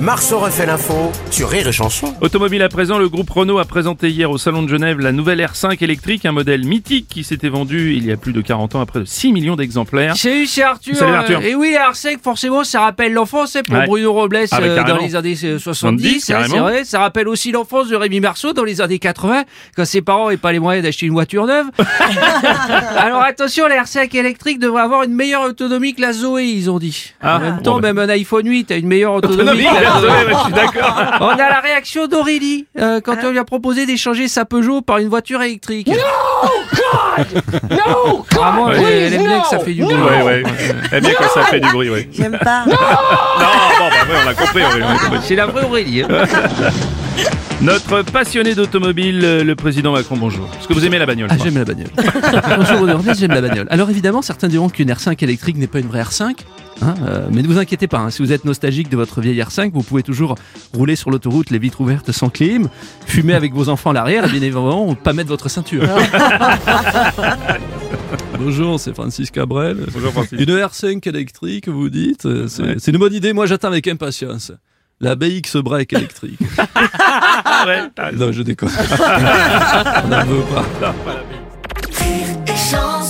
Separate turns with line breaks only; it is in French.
Marceau refait l'info sur Rire et Chanson.
Automobile à présent, le groupe Renault a présenté hier au Salon de Genève la nouvelle R5 électrique, un modèle mythique qui s'était vendu il y a plus de 40 ans à près de 6 millions d'exemplaires.
Salut, c'est Arthur.
Hein
euh,
Salut, Arthur.
et oui, R5, forcément, ça rappelle l'enfance c'est pour
Ouais.
Bruno Robles
Ah, bah,
euh, dans
carrément.
les années euh,
70,
70. hein, c'est
carrément.
vrai. Ça rappelle aussi l'enfance de Rémi Marceau dans les années 80, quand ses parents n'avaient pas les moyens d'acheter une voiture neuve. Alors attention, la R5 électrique devrait avoir une meilleure autonomie que la Zoé, ils ont dit.
Ah,
en même
bon,
temps,
bah.
même un iPhone 8 a une meilleure
Non, mais
autonomie que la Zoé.
désolé, je suis d'accord.
On a la réaction d'Aurélie euh, quand
Ah.
on lui a proposé d'échanger sa Peugeot par une voiture électrique.
No!
Vraiment,
God,
elle, elle
please,
aime bien que ça
no!
fait du bruit.
Ouais, ouais. Eh bien quand ça fait du bruit, oui.
J'aime pas.
Non, bon, bah, ouais, on a compris, on a compris.
C'est la vraie Aurélie. hein.
Notre passionné d'automobile, euh, le président Macron, bonjour. Est-ce que vous aimez la bagnole
Ah,
quoi
j'aime la bagnole. Bonjour, Bruno Robles, j'aime la bagnole. Alors évidemment, certains diront qu'une R5 électrique n'est pas une vraie R5. hein, euh, mais ne vous inquiétez pas, hein, si vous êtes nostalgique de votre vieille R5, vous pouvez toujours rouler sur l'autoroute les vitres ouvertes sans clim, fumer avec vos enfants à l'arrière et bien évidemment pas mettre votre ceinture. Bonjour, c'est Francis Cabrel.
Bonjour Francis.
Une R5 électrique, vous dites euh, C'est c'est une bonne idée, moi j'attends avec impatience. La BX break électrique.
Ah ouais, t'as raison.
Non, je déconne. On n'en veut pas.
Rire et chanson.